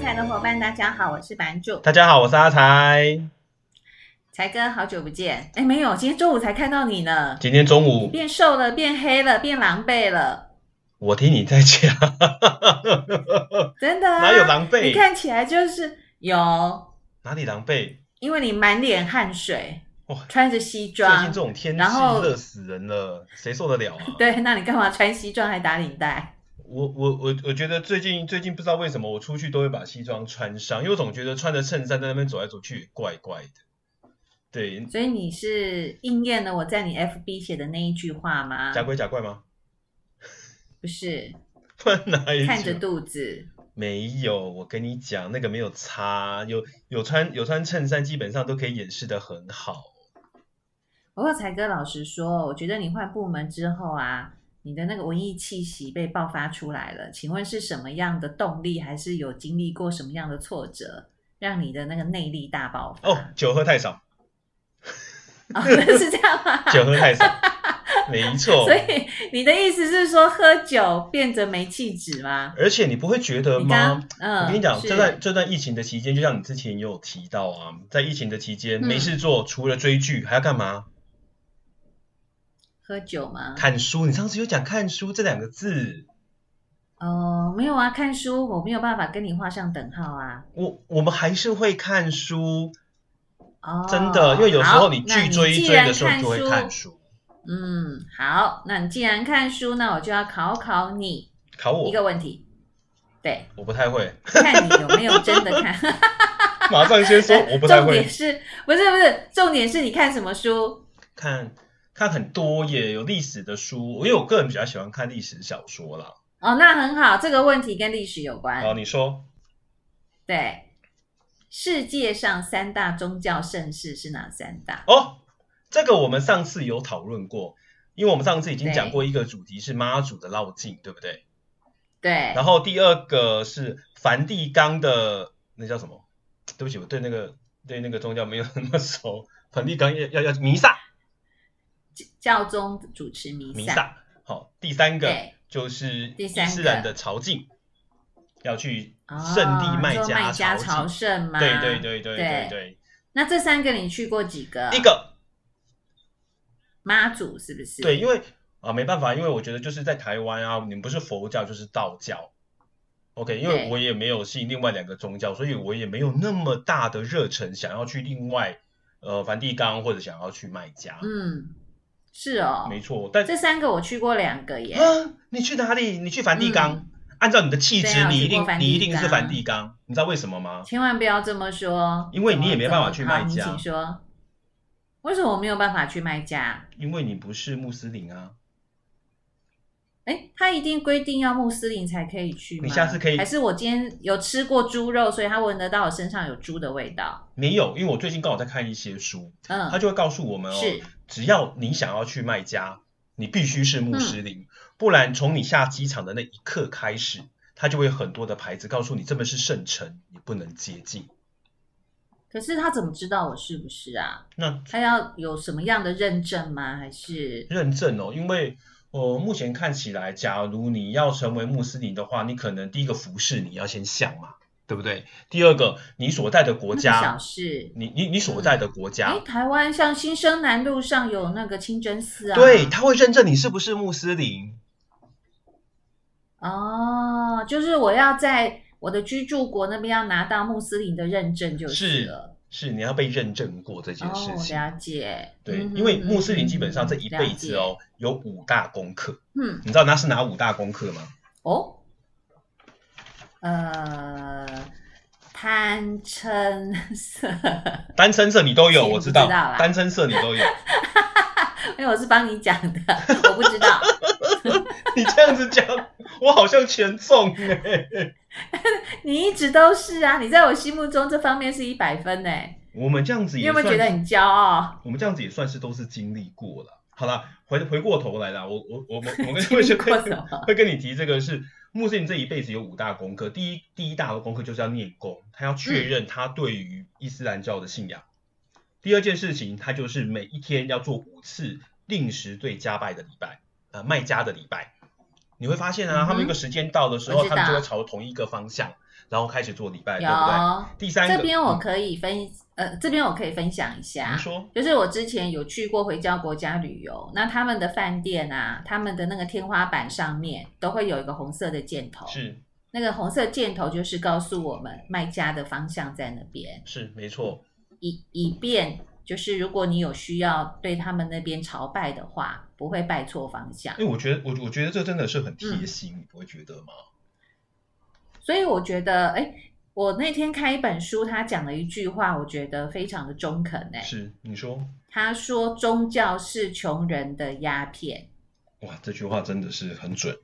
台的伙伴，大家好，我是版主大家好，我是阿才。才哥，好久不见。哎，没有，今天中午才看到你呢，今天中午变瘦了，变黑了，变狼狈了，我听你在讲，真 的、啊？哪有狼狈你看起来就是有，哪里狼狈？因为你满脸汗水，哇穿着西最近装这，种天气啊然后热死人了，谁受得了啊？ 对，那你干嘛穿西装还打领带？我我我我觉得最近最近不知道为什么我出去都会把西装穿上，因为我总觉得穿着衬衫在那边走来走去也怪怪的。对，所以你是应验了我在你 FB 写的那一句话吗？假鬼假怪吗？ 不是，不然哪一看着种肚子，没有，我跟你讲，那个没有差，有有穿有穿衬衫，基本上都可以掩饰的很好。不过才哥老实说，我觉得你换部门之后啊，你的那个文艺气息被爆发出来了。请问是什么样的动力，还是有经历过什么样的挫折，让你的那个内力大爆发？ 哦，酒喝太少，哦， 是这样吗？酒喝太少，没 错所。以你的意思是说，喝酒变得没气质吗？而且你不会觉得你刚呃吗？嗯，我跟你讲，是这段这段疫情的期间，就像你之前也有提到啊，在疫情的期间嗯没事做，除了追剧还要干嘛？喝酒吗？看书。你上次有讲看书这两个字，哦，没有啊，看书我没有办法跟你画上等号啊。我我们还是会看书，哦，真的，因为有时好候你那剧追一既追然的时候，你就会看书。书。嗯，好，那你既然看书，那我就要考考你考一我，个问题，对，我不 太会，看你有没有真的看。马上先说 我不太重点会是不是不是？重点是你看什么书？看。看很多耶，有历史的书，因为我个人比较喜欢看历史小说啦。哦，那很好，这个问题跟历史有关。好，你说对，世界上三大宗教盛世是哪三大？哦，这个我们上次有讨论过，因为我们上次已经讲过一个主题是妈祖的绕境，对不对？对，然后第二个是梵蒂冈的那叫什么？对不起，我对那个对那个宗教没有那么熟。梵蒂冈要要要弥撒，教宗主持弥弥撒。好，第三个对，就是第伊三个斯兰的朝�觐，要去哦圣地麦你说麦加朝朝觐。圣吗？对对。对对对对对，那这三个你去过几个？一个妈祖是不是？对，，因为啊没办法，因为我觉得就是在台湾啊，你们不是佛教就是道教，OK，因为对我也没有信另外两个宗教，所以我也没有那么大的热忱想要去另外呃梵蒂冈或者想要去麦加，嗯，是哦。没错。但这三个我去过两个耶。啊，你去哪里？你去梵蒂冈？按照你的嗯气对质，啊我你去一定过梵你蒂一定是冈梵蒂冈，你知道为什么吗？嗯千万不要这么说，因为你也没办法去麦加好你请说，为什么我没有办法去麦加？因为你不是穆斯林啊。哎，他一定规定要穆斯林才可以去吗？你下次可以还是我今天有吃过猪肉，所以他闻得到我身上有猪的味道。没有，因为我最近刚好在看一些书，嗯他，就会告诉我们哦，是只要你想要去麦加，你必须是穆斯嗯林，不然从你下机场的那一刻开始，它就会有很多的牌子告诉你这边是圣城，你不能接近。可是他怎么知道我是不是啊？那他要有什么样的认证吗？还是认证哦，因为呃，目前看起来，假如你要成为穆斯林的话，你可能第一个服饰你要先像嘛，对不对？第二个，你所在的国那个小家，事？你你你所在的国家，哎，台湾像新生南路上有那个清真寺啊，对，他会认证你是不是穆斯林。哦，就是我要在我的居住国那边要拿到穆斯林的认证就是是了。是你要被认证过这件哦事，情，了解。对嗯，哼因为穆斯林基本上这一辈子。嗯哦，有五大功课。哼了解嗯，你知道那是哪五大功课吗？哦，呃，贪嗔色，单身色你都有，是我知道。不知道啦单身色你都有，因为我是帮你讲的，我不知道。你这样子讲，我好像全中哎、你一直都是啊，你在我心目中这方面是一百分呢。我们这样子你也有没有觉得算，很骄傲？我们这样子也算是都是经历过了。好啦，回回过头来啦，我我我我 我跟经历过会什么会跟你提这个是穆斯林这一辈子有五大功课，第一第一大的功课就是要念功，他要嗯确认他对于伊斯兰教的信仰。第二件事情，他就是每一天要做五次定时对加拜的礼拜，呃麦加的礼拜。你会发现嗯啊，哼他们一个时间到的时我候，知道他们就会朝同一个方向，然后开始做礼 拜，对不对？有第三个，这边我嗯可以分，呃，这边我可以分享一下您。说，就是我之前有去过回教国家旅游，那他们的饭店啊，他们的那个天花板上面都会有一个红色的箭头，是那个红色箭头就是告诉我们卖家的方向在那边，是没错，以以便就是如果你有需要对他们那边朝拜的话，不会拜错方向。因为我觉得我我觉得这真的嗯是很贴心，你不会觉得吗？所以我觉得，哎，我那天看一本书，他讲了一句话，我觉得非常的中肯哎、是，你说，他说宗教是穷人的鸦片，哇，这句话真的是很准，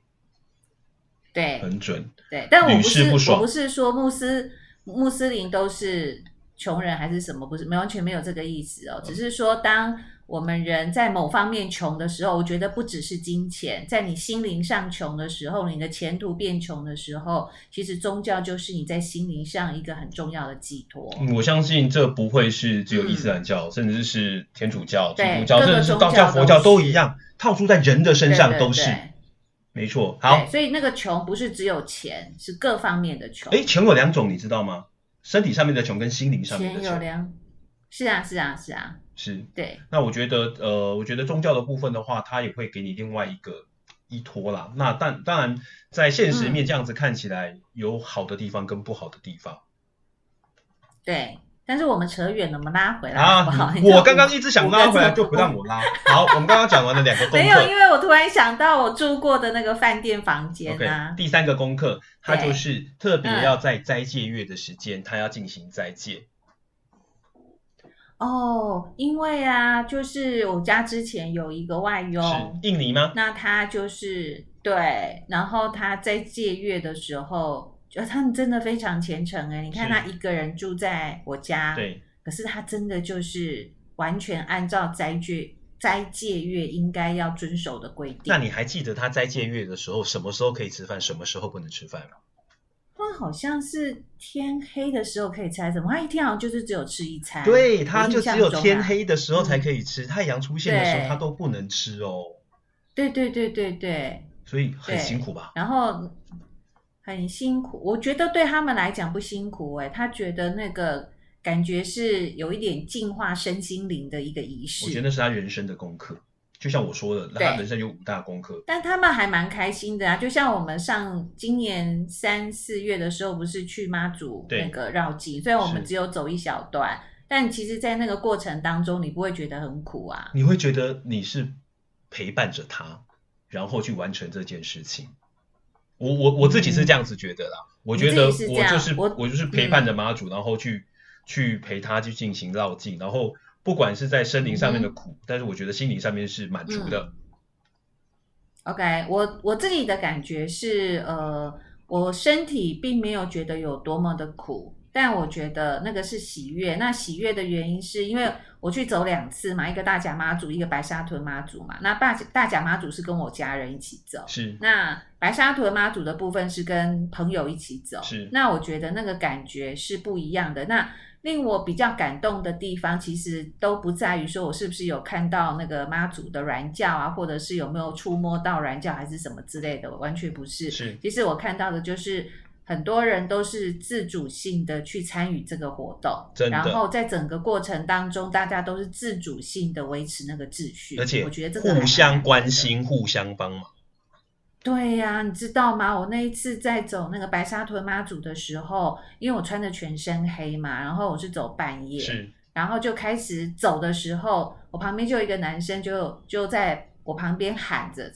对很准，对，但我不屡试是不爽我不是说穆斯穆斯林都是穷人还是什么，不是没完全没有这个意思嗯哦，只是说当我们人在某方面穷的时候，我觉得不只是金钱，在你心灵上穷的时候，你的前途变穷的时候，其实宗教就是你在心灵上一个很重要的寄托。嗯我相信这不会是只有伊斯兰教，甚至是天主教、基嗯对督教，各甚个至是宗道教教、佛教都都是一样，套出在人的身上都是对对，对没错。对，好，所以那个穷不是只有钱，是各方面的穷。哎，穷有两种，你知道吗？身体上面的穷跟心灵上面钱的有穷量，是啊，是啊，是啊，是。对，那我觉得，呃，我觉得宗教的部分的话，它也会给你另外一个依托啦。那但当然，在现实面这样子看起来，有好的地方跟不好的地方对。但是我们扯远了，我们拉回来好不好啊。。你知道 我刚刚一直想拉回来，就不让我我拉。好，我们刚刚讲完了两个功课，没有，因为我突然想到我住过的那个饭店房间 OK，啊，第三个功课，它对就是特别嗯要在斋戒月的时间，它要进行斋戒。哦，因为啊，就是我家之前有一个外佣，是印尼吗？那他就是对，然后他在借阅的时候，就他们真的非常虔诚哎、你看是他一个人住在我家，，对，可是他真的就是完全按照斋戒斋戒月应该要遵守的规定。那你还记得他斋戒月的时候，什么时候可以吃饭，哎什么时候不能吃饭吗？他好像是天黑的时候可以猜什么？他一天好像就是只有吃一餐，对，他就只我有天印象中啊。黑的时候才可以吃，太阳出现的时对候他都不能吃哦，对对对对对，所以很对辛苦吧？然后很辛苦，我觉得对他们来讲不辛苦哎、他觉得那个感觉是有一点净化身心灵的一个仪式。我觉得那是他人生的功课，就像我说的，那他对人生有五大功课。但他们还蛮开心的啊，就像我们上今年三四月的时候，不是去妈祖对那个绕境，虽然我们是只有走一小段，但其实，在那个过程当中，你不会觉得很苦啊。你会觉得你是陪伴着他，然后去完成这件事情。我我我自己是这样子觉得啦，我觉得你我自己是这样就是我嗯就是陪伴着妈祖，然后去去陪他去进行绕境，然后不管是在身灵上面的苦，嗯但是我觉得心灵上面是满足的。 OK，我我自己的感觉是，呃，我身体并没有觉得有多么的苦，但我觉得那个是喜悦。那喜悦的原因是因为我去走两次嘛，一个大甲妈祖，一个白沙屯妈祖嘛。那大甲大甲妈祖是跟我家人一起走，是那白沙屯妈祖的部分是跟朋友一起走，是那我觉得那个感觉是不一样的。那令我比较感动的地方，其实都不在于说我是不是有看到那个妈祖的软教啊，或者是有没有触摸到软教还是什么之类的，完全不是。是其实我看到的就是很多人都是自主性的去参与这个活动，真的然后在整个过程当中，大家都是自主性的维持那个秩序，而且我觉得这个还蛮互相难得的关心、互相帮忙。对呀、你知道吗？我那一次在走那个白沙屯妈祖的时候，因为我穿的全身黑嘛，然后我是走半夜，是然后就开始走的时候，我旁边就有一个男生就就在我旁边喊着，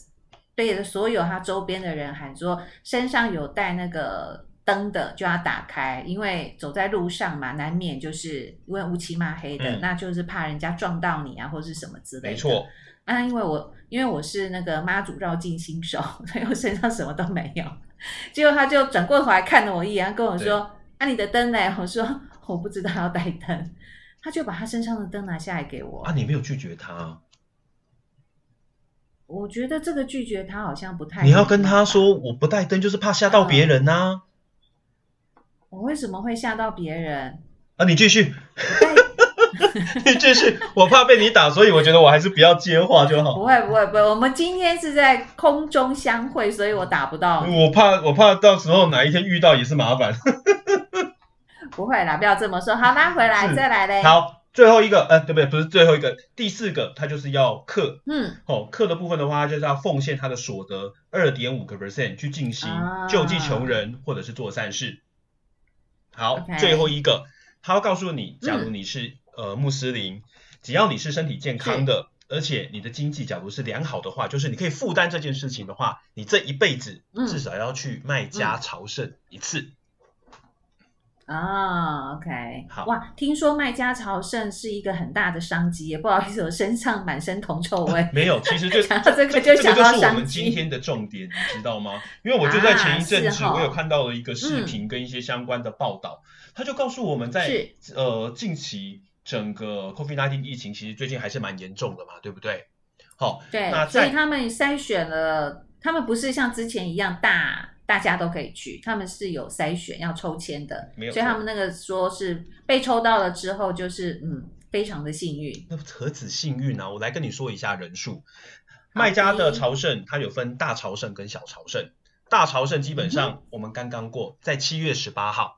对着所有他周边的人喊说，身上有带那个灯的就要打开，因为走在路上嘛，难免就是因为乌漆嘛黑的，嗯那就是怕人家撞到你啊，或是什么之类的。没错，啊，因为我因为我是那个妈祖绕境新手， 所以我身上什么都没有。结果他就转过头来看了我一眼，他跟我说：“啊，你的灯呢？”我说：“我不知道要带灯。”他就把他身上的灯拿下来给我。啊，你没有拒绝他，我觉得这个拒绝他好嗯像不太。你要跟他，说我不带灯，就是怕吓到别人啊呐、我为什么会吓到别人？ 啊。你继续，这是我怕被你打，所以我觉得我还是不要接话就好。不会不会不会，我们今天是在空中相会，所以我打不到你。我怕我怕到时候哪一天遇到也是麻烦。不会啦，不要这么说。好，拉回来是再来嘞。，嗯好，最后一个，呃，对不对？不是最后一个，第四个，它就是要克嗯，哦，克的部分的话，它就是要奉献他的所得二点五个 percent 去进行啊救济穷人或者是做善事。好 OK 嗯最后一个，他要告诉你，假如你是、呃穆斯林，只要你是身体健康的，而且你的经济假如是良好的话，就是你可以负担这件事情的话，你这一辈子嗯至少要去麦加朝圣一次。啊、o k 好哇，听说麦家朝圣是一个很大的商机耶，不好意思，我身上满身铜臭味。 没有，其 实就想到这个这就这个想就到是我商们今机。天的重点，你知道吗？因为我就在前一阵啊是嗯子，哦我有看到了一个视频跟一些相关的报道，他就告诉我们在呃近期整个 COVID-19 疫情其实最近还是蛮严重的嘛，对不对？好，那对，所以在他们筛选了，他们不是像之前一样大大家都可以去，他们是有筛选要抽签的，没有错所以他们那个说是被抽到了之后，就是嗯，非常的幸运。那何止幸运啊！我来跟你说一下人数，卖家的朝圣它有分大朝圣跟小朝圣，大朝圣基本上我们刚刚过，在七月十八号。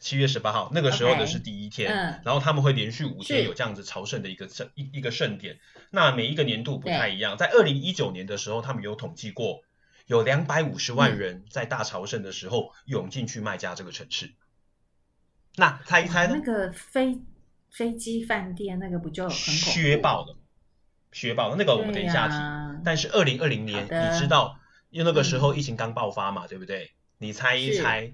七月十八号那个时候的 OK 是第一天，嗯然后他们会连续五天是有这样子朝圣的一个盛一一个盛典。那每一个年度不太一样，在二零一九年的时候，他们有统计过，有两百五十嗯万人在大朝圣的时候涌进去麦加这个城市。那猜一猜呢那？个飞飞机饭店那个不就很恐怖？削爆了，削爆了。那个我们等一下提。对呀但是二零二零年，好的嗯你知道，因为那个时候疫情刚爆发嘛，对不对？你猜一是猜，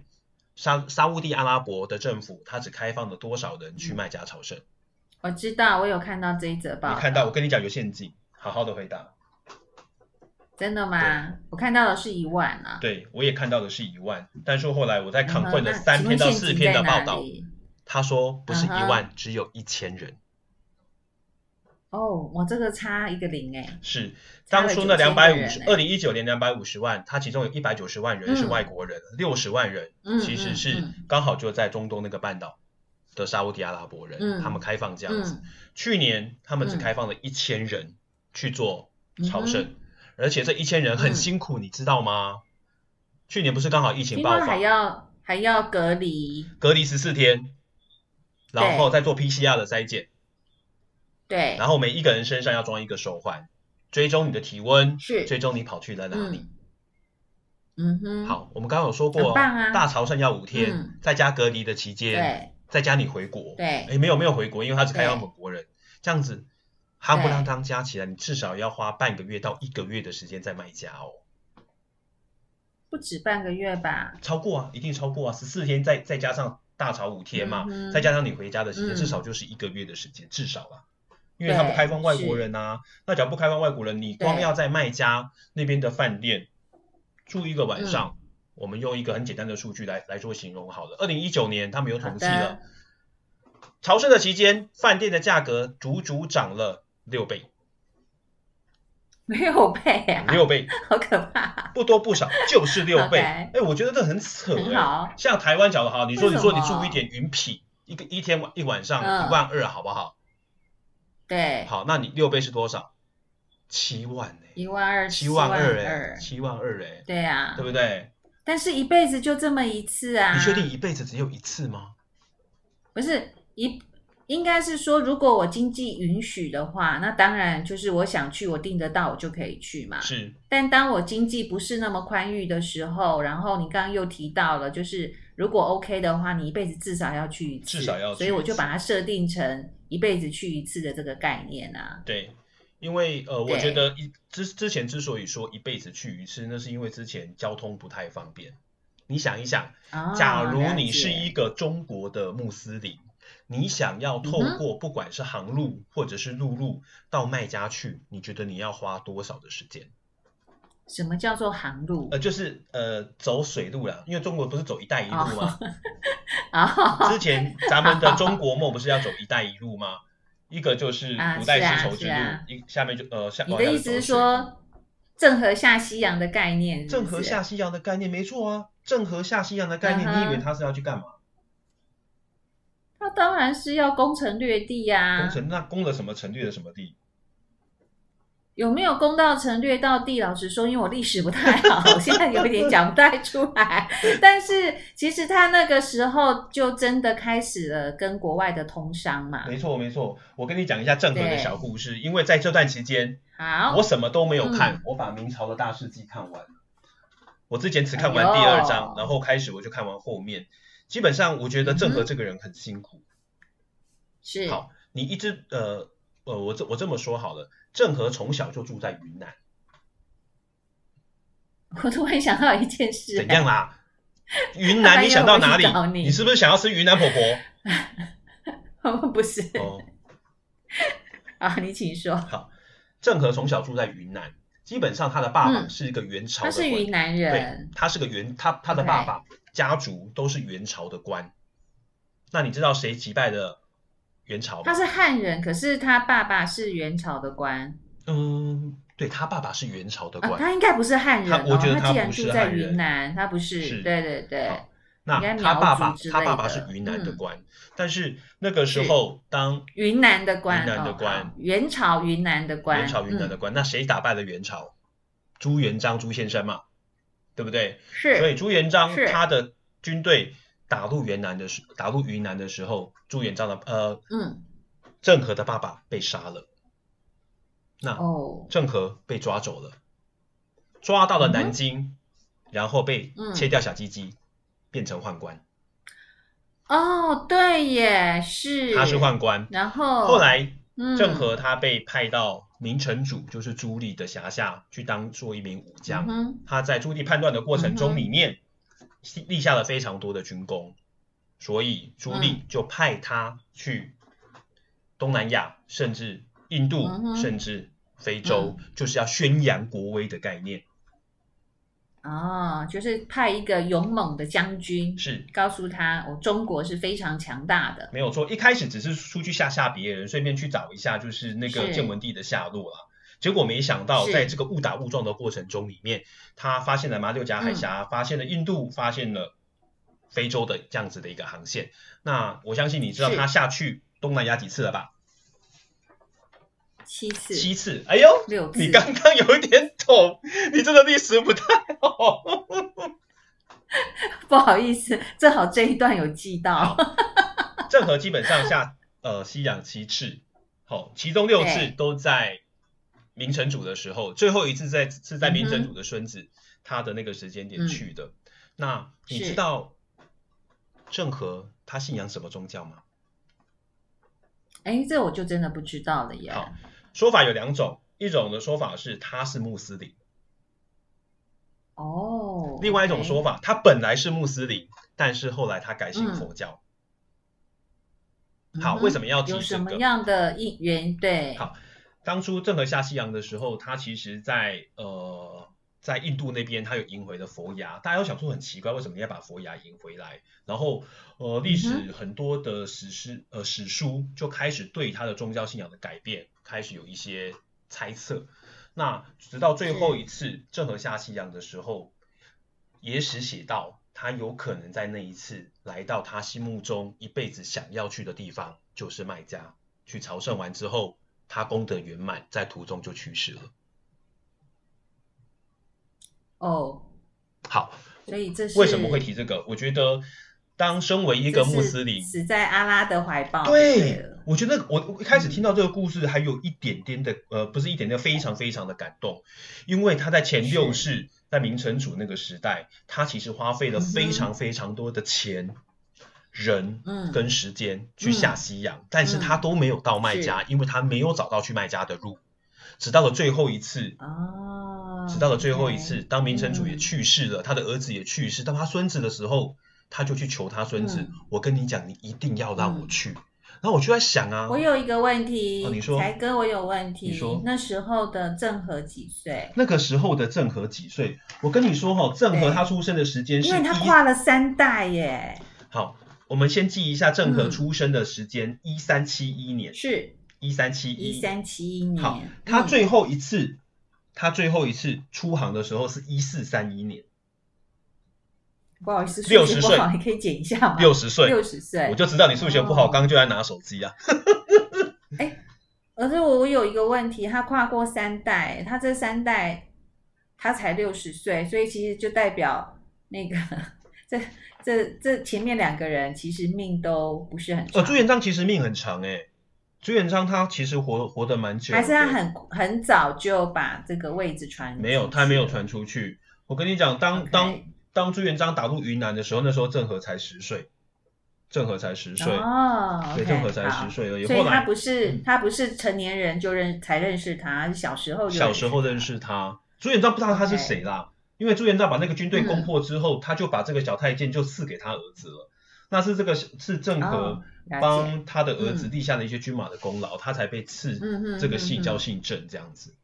沙沙乌地阿拉伯的政府它只开放了多少人去嗯麦加朝圣？我知道，我有看到这一则报你道，看到？我跟你讲有陷阱，好好的回答。真的吗？我看到的是一万啊。对我也看到的是一万，但是后来我在嗯哼，看混了那三请篇问到陷四阱篇的在哪报道，里他说不是一嗯哼万，只有一千人。哦，我这个差一个零哎，是差当了初那两9000百个五人十，欸二零一九年两百五十万，它其中有一百九十万人是嗯外国人，六十、万人嗯其实是嗯刚好就在中东那个半岛的沙烏地阿拉伯人，嗯他们开放这样子。嗯，去年他们只嗯开放了一千人去做嗯朝哼圣，而且这一千人很嗯辛苦，你知道吗？去年不是刚好疫情听爆说还发，要还要隔离，隔离十四天，然后再做 PCR 的筛检，对，然后每一个人身上要装一个手环，追踪你的体温，是追踪你跑去了哪里。嗯嗯哼，，好，我们刚刚有说过，很棒啊大朝圣要五天，嗯在家隔离的期间，对在家你回国，对哎诶没有没有回国，因为他是开放对本国人，这样子，夯不啷当加起来，你至少要花半个月到一个月的时间在卖家哦，不止半个月吧， 超过啊，一定超过啊，十四天再再加上大朝五天嘛，嗯哼再加上你回家的时间，嗯至少就是一个月的时间，至少啦。因为他不开放对外国人呐、啊，那假如不开放外国人，你光对要在卖家那边的饭店住一个晚上，嗯我们用一个很简单的数据来来做形容好了。二零一九年他们有统计好了的，朝圣的期间，饭店的价格足足涨了六倍，六倍啊，六倍好可怕，不多不少，就是六倍。哎 OK 我觉得这很扯很哎、好，像台湾讲的哈，你说为你什说你么住一点云品，一个一天晚一晚上嗯一万二，好不好？对，好，那你六倍是多少？七万哎、一万二，七万万二哎、七万二哎、对啊对，不对？但是一辈子就这么一次啊，你确定一辈子只有一次吗？不是一，应该是说，如果我经济允许的话，那当然就是我想去，我订得到，我就可以去嘛。是，但当我经济不是那么宽裕的时候，然后你刚刚又提到了，就是如果 OK 的话，你一辈子至少要去一次，至少要去一次所以我就把它设定成一辈子去一次的这个概念啊。对，因为呃，我对觉得一之之前之所以说一辈子去一次，那是因为之前交通不太方便。你想一想，啊，假如你了解是一个中国的穆斯林，你想要透嗯哼过不管是航路或者是陆路到麦加去，你觉得你要花多少的时间？什么叫做航路呃，就是呃走水路啦，因为中国不是走“一带一路”吗？呃啊？ 之前咱们的中国梦不是要走“一带一路”吗？一个就是啊古代是啊丝绸是之路啊，一下面就呃下你往的下意就思走是水路说郑和下西洋的概念是郑不是？和下西洋的概念没错啊，郑和下西洋的概念，嗯哼你以为他是要去干嘛？那当然是要攻城略地啊呀、攻城那啊攻了什么城，略了什么地？有没有攻到城略到地？老实说，因为我历史不太好， 我现在有点讲不太出来。但是其实他那个时候就真的开始了跟国外的通商嘛。没错没错，我跟你讲一下郑和的对小故事，因为在这段期间好我，什么都没有看，嗯我把明朝的大事记看完了。我之前只看完第二章，哎呦然后开始我就看完后面。基本上，我觉得郑和这个人很辛苦。嗯是好，你一直呃呃，我这我这么说好了，郑和从小就住在云南，我突然想到一件事、怎样啦？云南你想到哪 他哎还要我去找里？你你是不是想要吃云南火锅？ 不是 哦，啊，你请说。郑和从小住在云南，基本上他的爸爸嗯是一个元朝他的是官，云南对人，，他是个元，他他的 OK 爸爸家族都是元朝的官。那你知道谁击败了元朝吗？他是汉人，可是他爸爸是元朝的官嗯，对他爸爸是元朝的啊，官。他应该不是汉人他哦。我觉得他他既然不是住在汉人云南，他不是，是对对对，好那应该他爸苗爸族之，他爸类爸的是云南的嗯官，但是那个时候，当云南的官，云南的官哦好元朝云南的官，元朝云南的嗯、官，那谁打败了元朝？朱元璋、朱先生嘛，对不对？是，所以朱元璋是他的军队打入云南的时，打入云南的时候，朱元璋的呃嗯，郑和的爸爸被杀了，那哦，郑和被抓走了，抓到嗯了哼南京，然后被嗯切掉小鸡鸡，变成宦官，哦，对耶，是，他是，宦官。然后后来郑、嗯和他被派到明成祖，就是朱棣的辖下去当做一名武将。嗯他在朱棣判断的过程嗯中哼里面立下了非常多的军功，所以朱嗯棣就派他去东南亚，甚至印度，嗯哼嗯甚至非洲，就是要宣扬国威的概念。哼哦，就是派一个勇猛的将军，是告诉他，我、中国是非常强大的，没有错，一开始只是出去吓吓别人，顺便去找一下就是那个是建文帝的下落啦。结果没想到，是在这个误打误撞的过程中里面，他发现了马六甲海峡，嗯发现了印度，发现了非洲的这样子的一个航线。那我相信你知道是他下去东南亚几次了吧？七次，七次。哎呦，六次，你刚刚有一点懂，你这个历史不太好。 不好意思，正好这一段有记到好，郑和基本上下呃西洋七次，好、其中六次对都在明成祖的时候，最后一次在是在明成祖的孙嗯子、他的那个时间点去的。那你是知道郑和他信仰什么宗教吗？哎，这我就真的不知道了耶，好说法有两种，一种的说法是他是穆斯林，哦，另外一种说法他本来是穆斯林，但是后来他改信嗯佛教。 OK，好，为什么要嗯哼提有这什么个？样的因缘？对，好当初郑和下西洋的时候，他其实在呃在印度那边，他有迎回了佛牙。大家都想说很奇怪，为什么要把佛牙迎回来？然后呃，历史很多的史诗呃史书就开始对他的宗教信仰的改变开始有一些猜测。那直到最后一次郑和下西洋的时候，野史写到他有可能在那一次来到他心目中一辈子想要去的地方，就是麦加。去朝圣完之后，他功德圆满，在途中就去世了。哦，好，所以这是为什么会提这个？我觉得当身为一个穆斯林，死在阿拉的怀抱。对，我觉得我嗯我一开始听到这个故事，还有一点点的呃，不是一点点，非常非常的感动，因为他在前六世，在明成祖那个时代，他其实花费了嗯哼非常非常多的钱、人嗯跟时间去下西洋，但是嗯他都没有到麦加，因为他没有找到去麦加的路，直到了最后一次，哦，直到了最后一次， OK，当明成祖也嗯去世了，他的儿子也去世，到他孙子的时候，他就去求他孙子嗯：“我跟你讲，你一定要让我嗯去。”然后我就在想啊我，有一个问题，哦你说才哥，我有问题。你说那时候的郑和几岁？那个时候的郑和几岁？我跟你说哈、郑和对他出生的时间是因为他一跨了三代耶，好，我们先记一下郑和嗯出生的时间：一三七一年，是一三七一一。三七一年。好，他嗯最后一次，他最后一次出航的时候是一四三一年。不好意思，数60学不好，你可以减一下吗？六十岁，六十岁我，就知道你数学不好，哦刚刚就在拿手机啊。而是我我有一个问题，他跨过三代，他这三代他才六十岁，所以其实就代表那个 这这这前面两个人其实命都不是很呃，长，朱元璋其实命很长哎、朱元璋他其实活活得蛮久的，还是他很很早就把这个位置传没有出去他没有传出去。我跟你讲，当 OK 当当朱元璋打入云南的时候，那时候郑和才十岁，郑和才十岁，哦，OK，对，郑和才好十岁而已。所以后他来不是嗯他不是成年人就认才认识他，他是小时候就小时候他认识他，朱元璋不知道他是谁啦，因为朱元璋把那个军队嗯攻破之后，他就把这个小太监就赐给他儿子了。那是这个是郑和哦了解帮他的儿子立下了一些军马的功劳，他才被赐嗯哼这个嗯系哼叫姓郑这样子。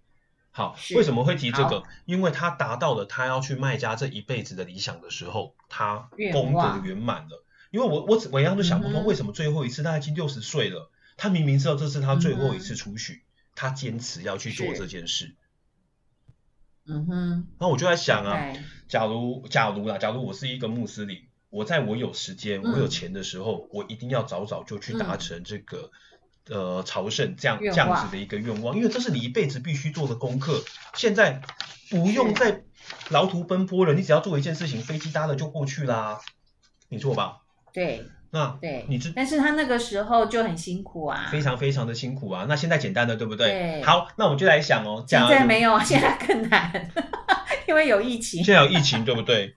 好，是为什么会提这个好？因为他达到了他要去卖家这一辈子的理想的时候，他愿功德望圆满了。因为我我怎么样都想不嗯通，哼为什么最后一次他已经六十岁了，他明明知道这是他最后一次出巡，他坚持要去做嗯是这件事。嗯哼，那我就在想啊，对，假如假如啦，假如我是一个穆斯林，我在我有时间、嗯我有钱的时候，我一定要早早就去达成这个、呃朝圣这样这嗯愿样望子的一个愿望，因为这是你一辈子必须做的功课。现在不用再劳途奔波了，你只要做一件事情，飞机搭了就过去啦，没错吧？对那对，你知但是他那个时候就很辛苦啊，非常非常的辛苦啊。那现在简单了，对不对？对好，那我们就来想哦，现假在如没 有，啊现在更难， 因为有疫情。现在有疫情，对 不对？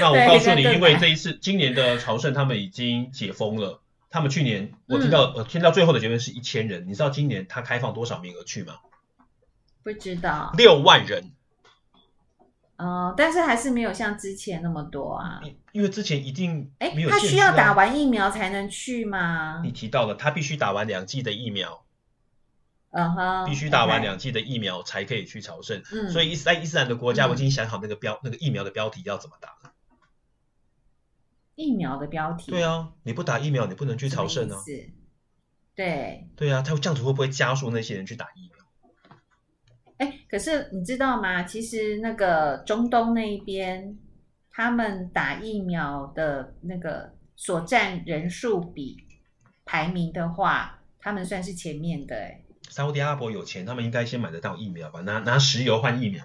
那我对告诉你，现在更因为难这一次今年的朝圣他们已经解封了，他们去年我嗯听到、我听到最后的结论是一千人，你知道今年他开放多少名额去吗？不知道，六万人，呃，但是还是没有像之前那么多啊。因因为之前一定哎没，有他限需要制啊打。完疫苗才能去吗你？提到了，他必须打完两剂的疫苗，嗯哼，必须打完 OK，两剂的疫苗才可以去朝圣。嗯，所以伊斯在伊斯兰的国家，嗯我已经想好那个标、那个疫苗的标题要怎么打了。疫苗的标题对，啊，你不打疫苗，你不能去什么朝圣意啊。思对，对啊，他这样子会不会加速那些人去打疫苗？哎，可是你知道吗？其实那个中东那一边，他们打疫苗的那个所占人数比排名的话，他们算是前面的哎。沙特阿拉伯有钱，他们应该先买得到疫苗吧？拿拿石油换疫苗，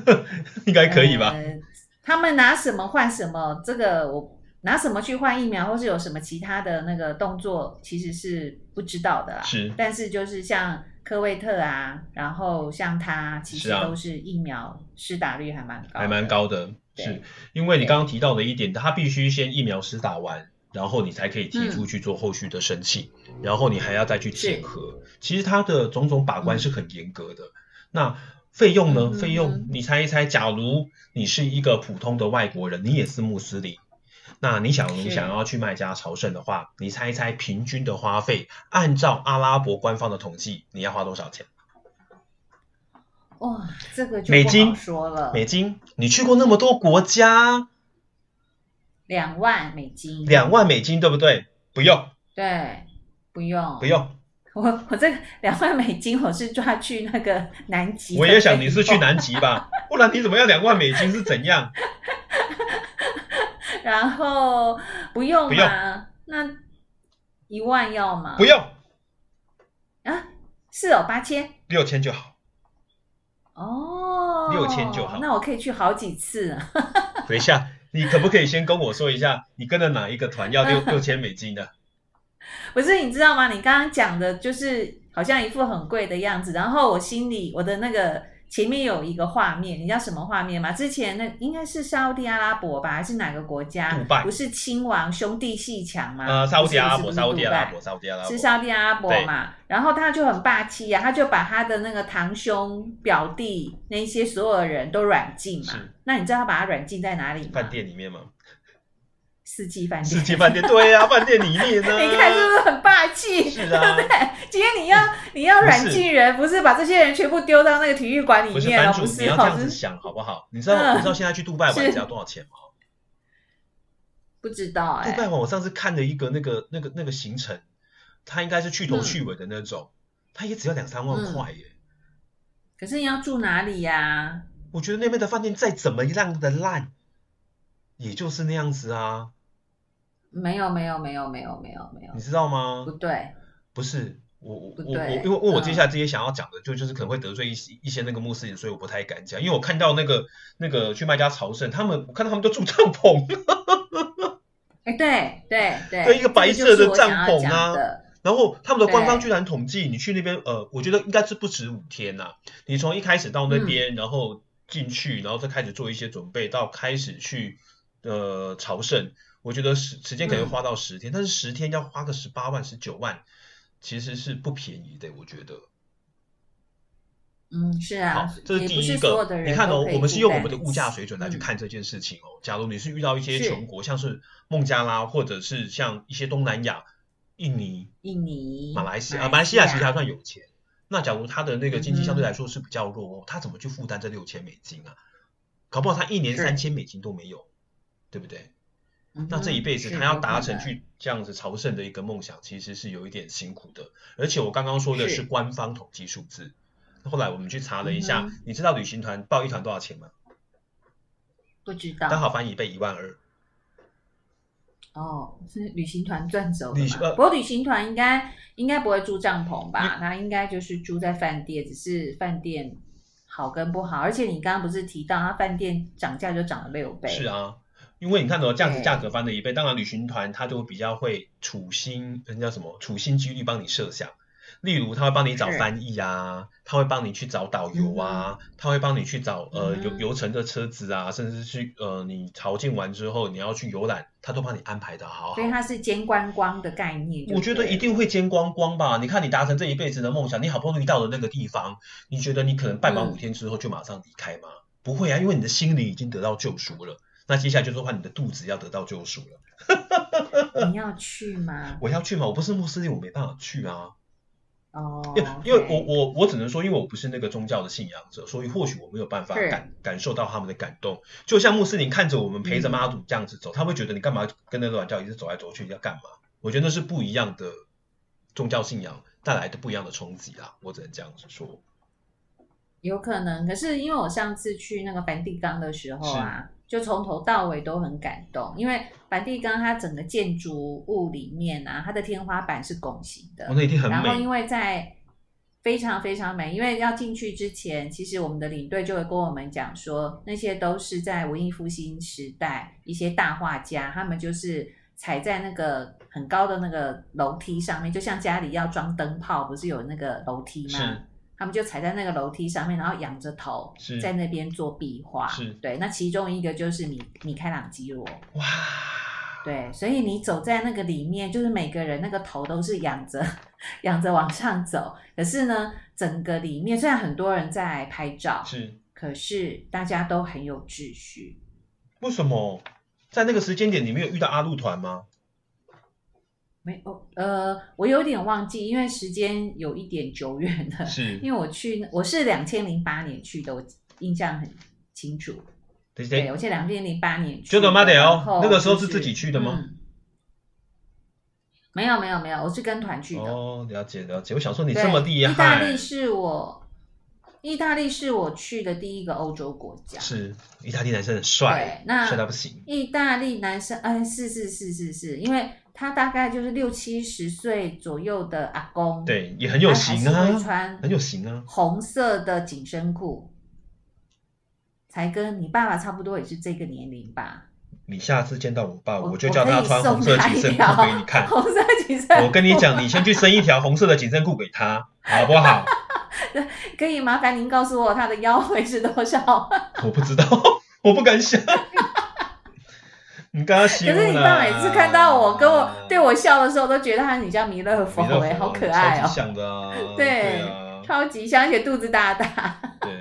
应该可以吧？呃他们拿什么换什么，这个我拿什么去换疫苗，或是有什么其他的那个动作，其实是不知道的啦。是但是就是像科威特啊，然后像他，其实是啊都是疫苗施打率还蛮高的，还蛮高的，啊对是因为你刚刚提到的一点，他必须先疫苗施打完，然后你才可以提出去做后续的申请，然后你还要再去检核。其实它的种种把关是很严格的。那费用呢？嗯嗯哼费嗯用哼你猜一猜，假如你是一个普通的外国人，你也是穆斯林。那你想是想要去麦加朝圣的话，你猜一猜平均的花费，按照阿拉伯官方的统计，你要花多少钱？哇，这个就美不好金说了，美金？你去过那么多国家，两万美金，两万美金对不对？不用，对，不用不。用，我我这个两万美金，我是抓去那个 南极的费用。我也想你是去南极 吧，不然你怎么要两万美金是怎样？然后不用不用吗？那一万要吗？不用，啊，是哦，八千六千就好，哦， 6000就好那我可以去好几次啊。等一下。你可不可以先跟我说一下，你跟了哪一个团要 六六千美金的？不是，你知道吗？你刚刚讲的就是好像一副很贵的样子，然后我心里我的那个前面有一个画面，你知道什么画面吗？之前那应该是沙地阿拉伯吧，还是哪个国家？嗯杜拜不是亲王兄弟戏强吗？呃，沙不特是阿拉不伯，是沙不是特杜阿拉拜伯，沙特阿拉伯是，沙地阿拉伯嘛，然后他就很霸气啊呀、他就把他的那个堂兄、表弟那些所有人都软禁嘛是。那你知道他把他软禁在哪里吗？饭，店里面吗？四季饭店。 世界饭店，对呀、饭店里面呢、你看是不是很霸气？是啊对不对？今天你要你要软禁人，不是把这些人全部丢到那个体育馆不里是面版了，主，不你是要这哦，样是子想好不好？你知道、嗯你知道现在去杜拜玩是只要多少钱吗？不知道哎、杜拜玩我上次看了一个那个那个那个行程，它应该是嗯去头去尾的那种，它也只要两三万块耶。可是你要住哪里呀、我觉得那边的饭店再怎么样的烂，也就是那样子啊，没有没有没有没有没有没有你，知道吗不？对，不是，我我不我我，对因为因为我接嗯下来这些想要讲的，就就是可能会得罪一些一些那个穆斯林，所以我不太敢讲，因为我看到那个那个去麦加朝圣，他们我看到他们都住帐篷，哎对对对，对一个白色这的就是我想要帐篷讲啊的，然后他们的官方对居然统计，你去那边，呃，我觉得应该是不止五天呐、你从一开始到那嗯边，然后进去，然后再开始做一些准备，到开始去呃朝圣，我觉得时时间可能会花到十天，嗯但是十天要花个十八万、十九万，其实是不便宜的，我觉得。嗯，是好啊，，这是也第不一所有个的。人你看哦，都可以我们是负用我担们的得物价起水准来去嗯看这件事情哦。假如你是遇到一些是穷国，像是孟加拉，或者是像一些东南亚、印尼、印尼、马来西亚，马啊马来西亚其实还算有钱。那假如他的那个经济相对嗯来说是比较弱，哦他怎么去负担这六千美金啊？搞不好他一年是三千美金都没有，对不对？嗯那这一辈子是他要有达可成能去这样子朝圣的一个梦想，其实是有一点辛苦的。而且我刚刚说的是是官方统计数字，后来我们去查了一下，嗯哼你知道旅行团报一团多少钱吗？不知刚道好翻一倍一万二。哦，是旅行团赚走的旅行嘛呃不过旅行团应该应该不会住帐篷吧？你他应该就是住在饭店，只是饭店好跟不好。而且你刚刚不是提到，他饭店涨价就涨了六倍，是，啊，因为你看到这样子对价格翻了一倍，当然旅行团它就会比较会处心，人家什么处心积虑帮你设想。例如，他会帮你找是翻译啊，他会帮你去找导游啊，他会帮你去找呃游嗯游程的车子啊，甚至去呃你朝觐完之后你要去游览，他都帮你安排的好好所以。它是兼观光的概念。我觉得一，定会见光光吧。你看，你达成这一辈子的梦想，你好不容易到了那个地方，你觉得你可能拜完嗯五天之后就马上离开吗？不会啊，因为你的心灵已经得到救赎了。那接下来就是换你的肚子要得到救赎了。呃你要去吗？我要去吗？我不是穆斯林，我没办法去啊。哦，因为因为 OK 我我我只能说，因为我不是那个宗教的信仰者，所以或许我没有办法是感感受到他们的感动。就像穆斯林看着我们陪嗯着妈祖这样子走，他会觉得你干嘛跟那个软教一直走来走去，要干嘛？我觉得那是不一样的宗教信仰带来的不一样的冲击啦。我只能这样子说。有可能，可是因为我上次去那个梵蒂冈的时候啊，就从头到尾都很感动，因为梵蒂冈它整个建筑物里面啊，它的天花板是拱形的，我、哦那一定很然后因美，为在非常非常美，因为要进去之前，其实我们的领队就会跟我们讲说，那些都是在文艺复兴时代一些大画家，他们就是踩在那个很高的那个楼梯上面，就像家里要装灯泡，不是有那个楼梯吗？是他们就踩在那个楼梯上面，然后仰着头是在那边做壁画。是对，那其中一个就是米米开朗基罗。哇，对，所以你走在那个里面，就是每个人那个头都是仰着，仰着往上走。可是呢，整个里面虽然很多人在拍照，是可是大家都很有秩序。为什么在那个时间点你没有遇到阿路团吗？没有，呃，我有点忘记，因为时间有一点久远了。是，嗯因为我去，我是两千零八年去的，我印象很清楚。等一下对，我是两千零八年去的。就他妈的然哦后，那个时候就是自己去的吗？嗯没有没有没有，我是跟团去的。啊哦，了解了解。我想说你对，这么厉害，意大利是我，意大利是我去的第一个欧洲国家。是意大利男生很帅，对那帅到不行。意大利男生，哎，是是是是是，因为他大概就是六七十岁左右的阿公，，对，也很有型他还是会啊，穿很有型啊。红色的紧身裤。才跟你爸爸差不多，也是这个年龄吧。你下次见到我爸，我啊我就叫他穿红色紧身裤给 你我。可以送他一条看红色紧身裤，我跟你讲，你先去生一条红色的紧身裤给他，好不好？可以麻烦您告诉我他的腰围是多少？我不知道，我不敢想。你刚刚可可是你爸每次看到我跟我对我笑的时候，都觉得他很像弥勒佛米勒哎、佛好可爱超哦、级像的啊，对 对啊，超级像，而且肚子大大，对。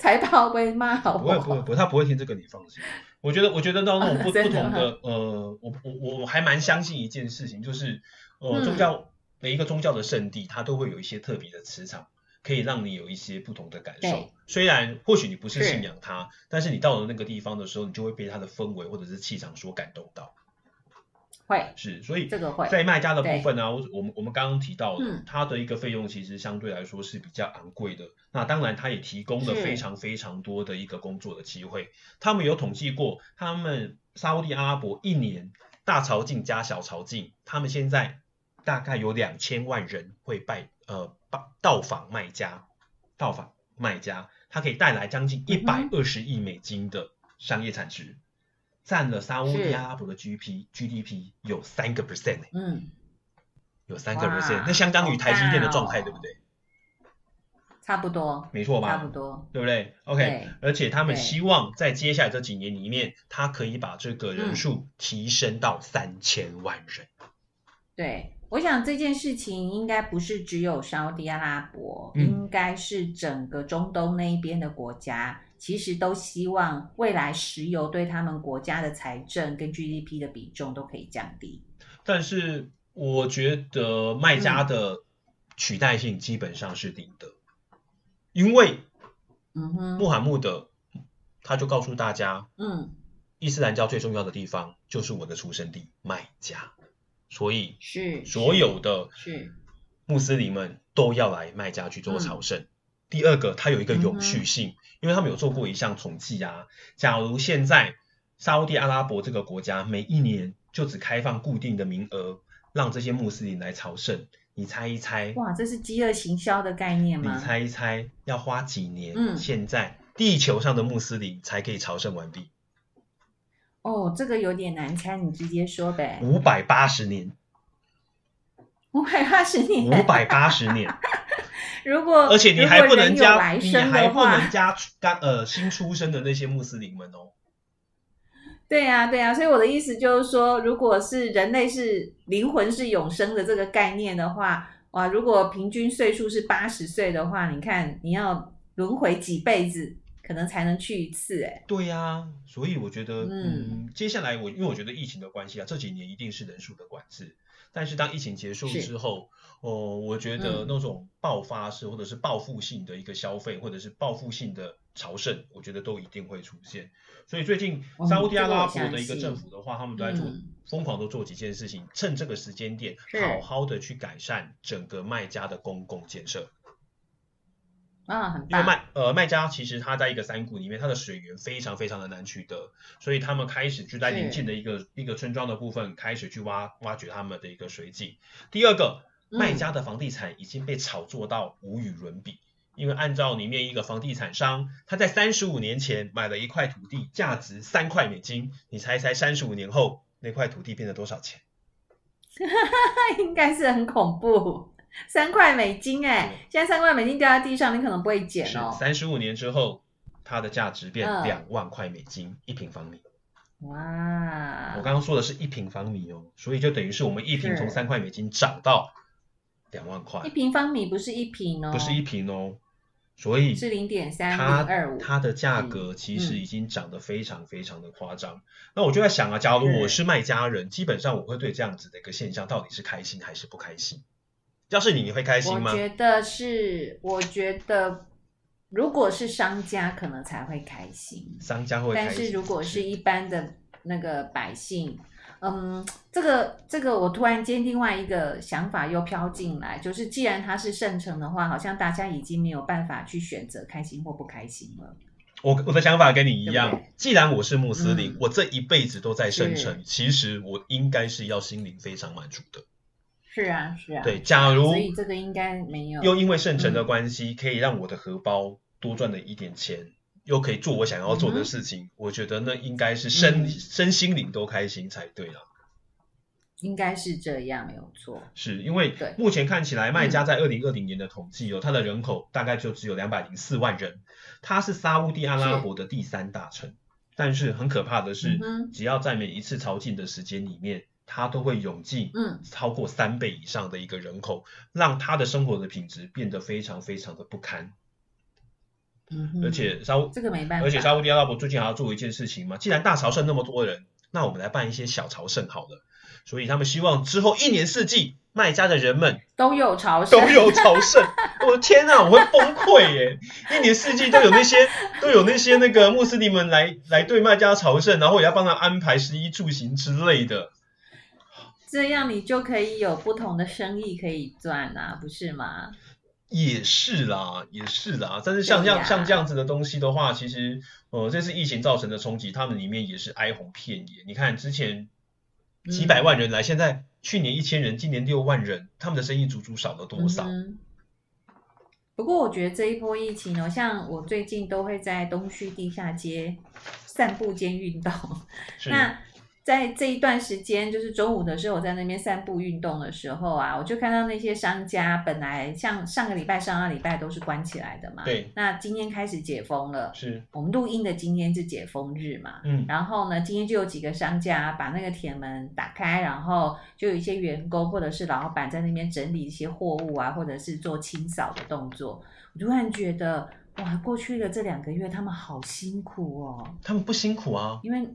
财宝被骂我。不会不会不会，他不会听这个，你放心。我觉得我觉得到那种不不 真的啊同吗的呃，我我我我还蛮相信一件事情，就是呃宗嗯教每一个宗教的圣地，它都会有一些特别的磁场，可以让你有一些不同的感受对。虽然或许你不是是信仰它，但是你到了那个地方的时候，你就会被它的氛围或者是气场所感动到。会是，所以这个会，在卖家的部分呢、我我们我们刚刚提到的嗯，它的一个费用其实相对来说是比较昂贵的。那当然，它也提供了是非常非常多的一个工作的机会。他们有统计过，他们沙烏地阿拉伯一年大朝觐加小朝觐，他们现在大概有两千万人会拜呃拜到访卖家，到访卖家，它可以带来将近一百嗯二十亿美金的商业产值。占了沙烏地是阿拉伯的 GDP GDP 有三个 percent 嗯，有三个哇 percent，那相当于台积电的状好大态，哦对不对？差不多，没错差不吧？多，对不对对？OK，而且他们对希望在接下来这几年里面，他可以把这个嗯人数提升到三千万人。对。我想这件事情应该不是只有沙特阿拉伯，嗯应该是整个中东那一边的国家，其实都希望未来石油对他们国家的财政跟 GDP 的比重都可以降低。但是我觉得卖嗯家的取代性基本上是低的，因为嗯哼，穆罕默德他就告诉大家，嗯，伊斯兰教最重要的地方就是我的出生地麦加，所以是所有的是穆斯林们都要来麦加去做朝圣。嗯第二个，它有一个永续性，因为他们有做过一项统计啊。假如现在沙烏地阿拉伯这个国家每一年就只开放固定的名额，让这些穆斯林来朝圣，你猜一猜，哇，这是饥饿行销的概念你吗？猜一猜，要花几年？嗯现在地球上的穆斯林才可以朝圣完毕，哦，这个有点难猜，你直接说呗。 五百八十年，五百八十年，五百八十年。 如果嗯而且你还不如果能人有加，来你生还的不能话，加刚呃新出生的那些穆斯林们哦。 对呀、对呀、啊所以我的意思就是说，如果是人类是灵魂是永生的这个概念的话，哇，如果平均岁数是八十岁的话，你看你要轮回几辈子，可能才能去一次、哎，对呀、所以我觉得，嗯嗯，接下来我因为我觉得疫情的关系啊，这几年一定是人数的管制。但是当疫情结束是之后，哦，我觉得嗯那种爆发式或者是报复性的一个消费，或者是报复性的朝圣，我觉得都一定会出现。所以最近哦沙烏地阿拉这伯个我的一个相信政府的话，他们都在做嗯疯狂的做几件事情，趁这个时间点是好好的去改善整个卖家的公共建设。啊，很因为棒，麦呃麦加其实它在一个山谷里面，它的水源非常非常的难取得，所以他们开始就在邻近的一个一个村庄的部分开始去挖挖掘他们的一个水井。第二个，嗯卖家的房地产已经被炒作到无与伦比，因为按照里面一个房地产商，他在三十五年前买了一块土地，价值三块美金，你猜一猜三十五年后那块土地变得多少钱？ 那应该是很恐怖。三块美金哎、对现在三块美金掉在地上，你可能不会捡是哦。三十五年之后，它的价值变嗯两万块美金一平方米。哇我，刚刚说的是一平方米哦，所以就等于是我们一平啊是从三块美金涨到两万一块，平方米不是一平哦，不是一平哦，所以是零点三它零二五，嗯它的价格其实已经涨得非常非常的夸张。那我就在想啊，假如我是卖家人，基本上我会对这样子的一个现象到底是开心还是不开心？要是你，你会开心我吗？觉得是，我觉得如果是商家可能才会开心，商家会开但心，是如果是一般的那个百姓，嗯，这个这个我突然间另外一个想法又飘进来，就是既然它是圣城的话，好像大家已经没有办法去选择开心或不开心了。我我的想法跟你一对不样，既然我是穆斯林，嗯我这一辈子都在圣是城，其实我应该是要心灵非常满足的。是啊，是啊，对，假如所以这个应该没有。嗯又因为圣城的关系，可以让我的荷包多赚了一点钱，又可以做我想要做的事情，我觉得那应该是身、嗯身心灵都开心才对啊。应该是这样，没有错。是因为对嗯目前看起来，卖家在二零二零年的统计哦，它的人口大概就只有两百零四万人，它是沙乌地阿拉伯的第三大城。但是很可怕的是，嗯哼只要在每一次朝觐的时间里面，它都会涌进嗯，超过三倍以上的一个人口，让他的生活的品质变得非常非常的不堪。嗯哼而且沙乌这个没办法，而且沙乌地阿拉伯最近还要做一件事情嘛，既然大朝圣那么多人，那我们来办一些小朝圣好了。所以他们希望之后一年四季，卖家的 人们都有朝都圣，有朝圣。我的天呐，我会崩溃耶！一年四季都有那些都有那些那个穆斯林们来来对卖家朝圣，然后也要帮他安排食衣住行之类的。 这样你就可以有不同的生意可以赚啊，不是吗？也是啦，也是啦，但是像对这样、呀像这样子的东西的话，其实呃，这次疫情造成的冲击，他们里面也是哀鸿遍野。你看之前嗯几百万人来，现在去年一千人，今年六万人，他们的生意足足少了多少？嗯哼不过我觉得这一波疫情哦，像我最近都会在东区地下街散步兼运动。是 那在这一段时间，就是中午的时候，我在那边散步运动的时候啊，我就看到那些商家，本来像上个礼拜、上个礼拜都是关起来的嘛。对。那今天开始解封了，是，我们录音的今天是解封日嘛，嗯，然后呢，今天就有几个商家把那个铁门打开，然后就有一些员工或者是老板在那边整理一些货物啊，或者是做清扫的动作。我突然觉得，哇，过去的这两个月他们好辛苦哦，他们不辛苦啊，因为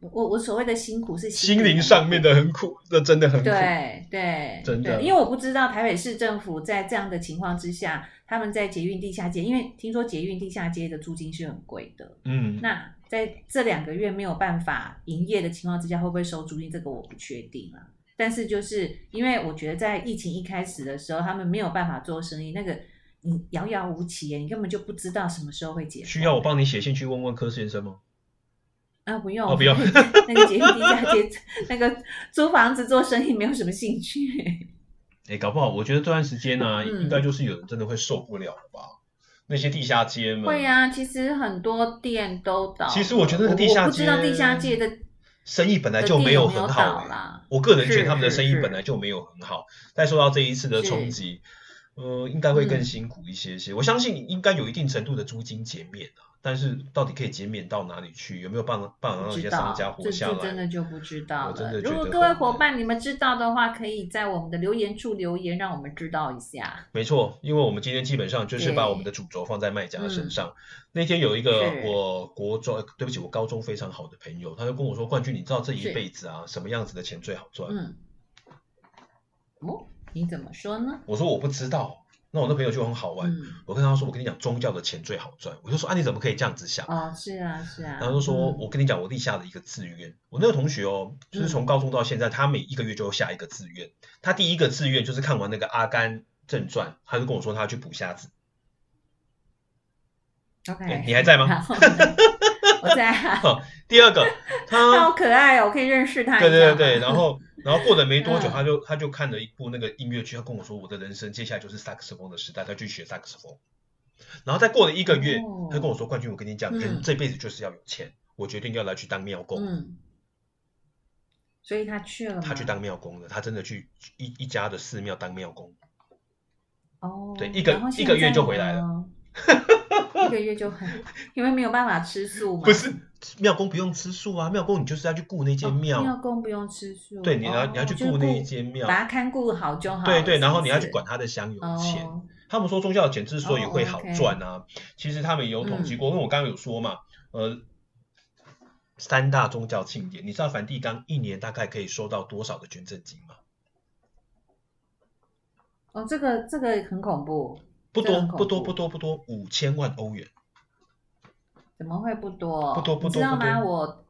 我我所谓的辛苦是心灵上面的很苦，这真的很苦。对对，真的对因为我不知道台北市政府在这样的情况之下，他们在捷运地下街，因为听说捷运地下街的租金是很贵的，嗯，那在这两个月没有办法营业的情况之下，会不会收租金？这个我不确定啊。但是就是因为我觉得在疫情一开始的时候，他们没有办法做生意，那个你遥遥无期耶，你根本就不知道什么时候会解封。需要我帮你写信去问问柯先生吗？啊？不用，哦不用 那个捷运地下街，那个租房子做生意没有什么兴趣。哎，搞不好，我觉得这段时间呢、嗯应该就是有人真的会受不了了吧？那些地下街们，会呀、啊，其实很多店都倒了。嗯其实我觉得那个地下街我不知道地下街的生意本来的就店没有很好、倒欸啦。我个人觉得是他们的生意是本来就没有很好，再受到这一次的冲是击，呃，应该会更嗯辛苦一些些。我相信应该有一定程度的租金减免啊，但是到底可以减免到哪里去？有没有办法办法让不这些知道，商家活这下这真的来？就不知道我真的了。如觉得果各很位难伙伴你们知道的话，可以在我们的留言处留言，让我们知道一下。没错，因为我们今天基本上就是把对我们的主轴放在卖家身嗯上。那天有一个是我国中，呃对不起，我高中非常好的朋友，他就跟我说：“冠军，你知道这一是辈子啊，什么样子的钱最好赚？”嗯，哦，你怎么说呢？我说：“我不知道。”那我那朋友就很好玩，嗯，我跟他说，我跟你讲，宗教的钱最好赚。我就说啊，你怎么可以这样子想？哦，是啊，是啊。然后就说，嗯我跟你讲，我立下了一个志愿。我那个同学哦，就是嗯从高中到现在，他每一个月就下一个志愿。他第一个志愿就是看完那个《阿甘正传》，他就跟我说他要去捕虾子。哎 OK，你还在吗？然后呢我 在啊，第二个，他他好可爱哦，我可以认识他一下对吗。对对，然后然后过了没多久，嗯他就他就看了一部那个音乐剧，他跟我说，我的人生接下来就是萨克斯风的时代，他去学萨克斯风。然后再过了一个月，哦他跟我说，冠军，我跟你讲，人嗯这辈子就是要有钱。我决定要来去当庙工。嗯，所以他去了吗？他去当庙工的，他真的去一一家的寺庙当庙工，嗯哦，对一个然后现一个月在就回来呢。 一个月就很，因为没有办法吃素嘛。不是庙工不用吃素啊，庙工你就是要去雇那间庙，哦庙公不用吃素，对，你要、哦你要去就是雇那一间庙，把它看顾好就好。对对，是然后不你要是去管他的香油钱。哦，他们说宗教的钱之所以哦会好，OK 嗯赚啊，其实他们有统计过，因为我刚刚有说嘛，呃。三大宗教庆典，你知道梵蒂冈一年大概可以收到多少的捐赠金吗？哦，这个这个很恐怖，不这多，很不多，恐怖不多，不多，五千万欧元。怎么会不多？不多不你知多道不吗？多我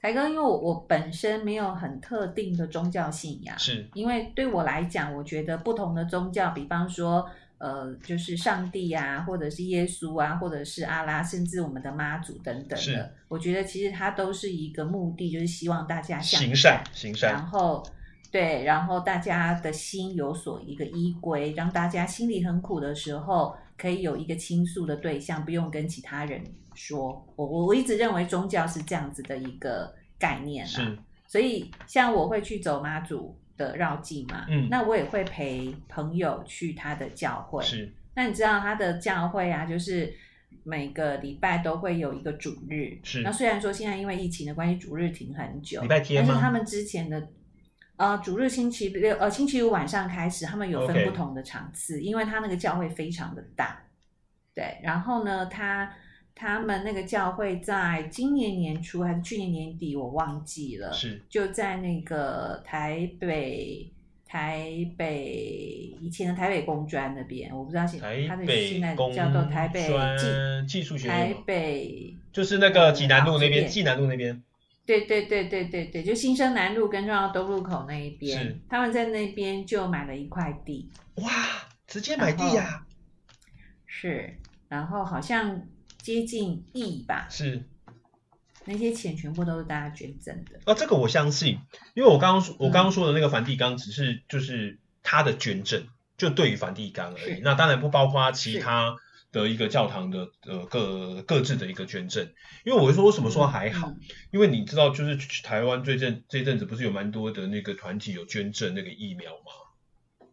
才哥，因为我我本身没有很特定的宗教信仰，是，因为对我来讲，我觉得不同的宗教，比方说，呃，就是上帝啊，或者是耶稣啊，或者是阿拉，甚至我们的妈祖等等是的，我觉得其实它都是一个目的，就是希望大家向行善，行善然，后对，然后大家的心有所一个依归，让大家心里很苦的时候，可以有一个倾诉的对象，不用跟其他人说。我我我一直认为宗教是这样子的一个概念啊，是，所以像我会去走妈祖的绕境嘛，嗯那我也会陪朋友去他的教会，是，那你知道他的教会啊，就是每个礼拜都会有一个主日。是那虽然说现在因为疫情的关系，主日停很久，礼拜天但吗是他们之前的呃主日星期六呃星期五晚上开始，他们有 OK 分不同的场次因为他那个教会非常的大。对，然后呢，他他们那个教会在今年年初还是去年年底，我忘记了。是，就在那个台北台北以前的台北工专那边，我不知道现台它的现北在工叫做台北技专技术学台院吗，哦北就是那个济南路那呃边，好济南路那边对对对对对对，就新生南路跟中央东路口那一边是，他们在那边就买了一块地，哇，直接买地呀、是，然后好像接近亿吧，是那些钱全部都是大家捐赠的，啊，这个我相信，因为我刚刚说我刚刚说的那个梵蒂冈只是就是他的捐赠，就对于梵蒂冈而是已。那当然不包括其是他的一个教堂的呃各各自的一个捐赠。因为我会说为什么说还好，嗯因为你知道就是台湾最近这阵子不是有蛮多的那个团体有捐赠那个疫苗嘛？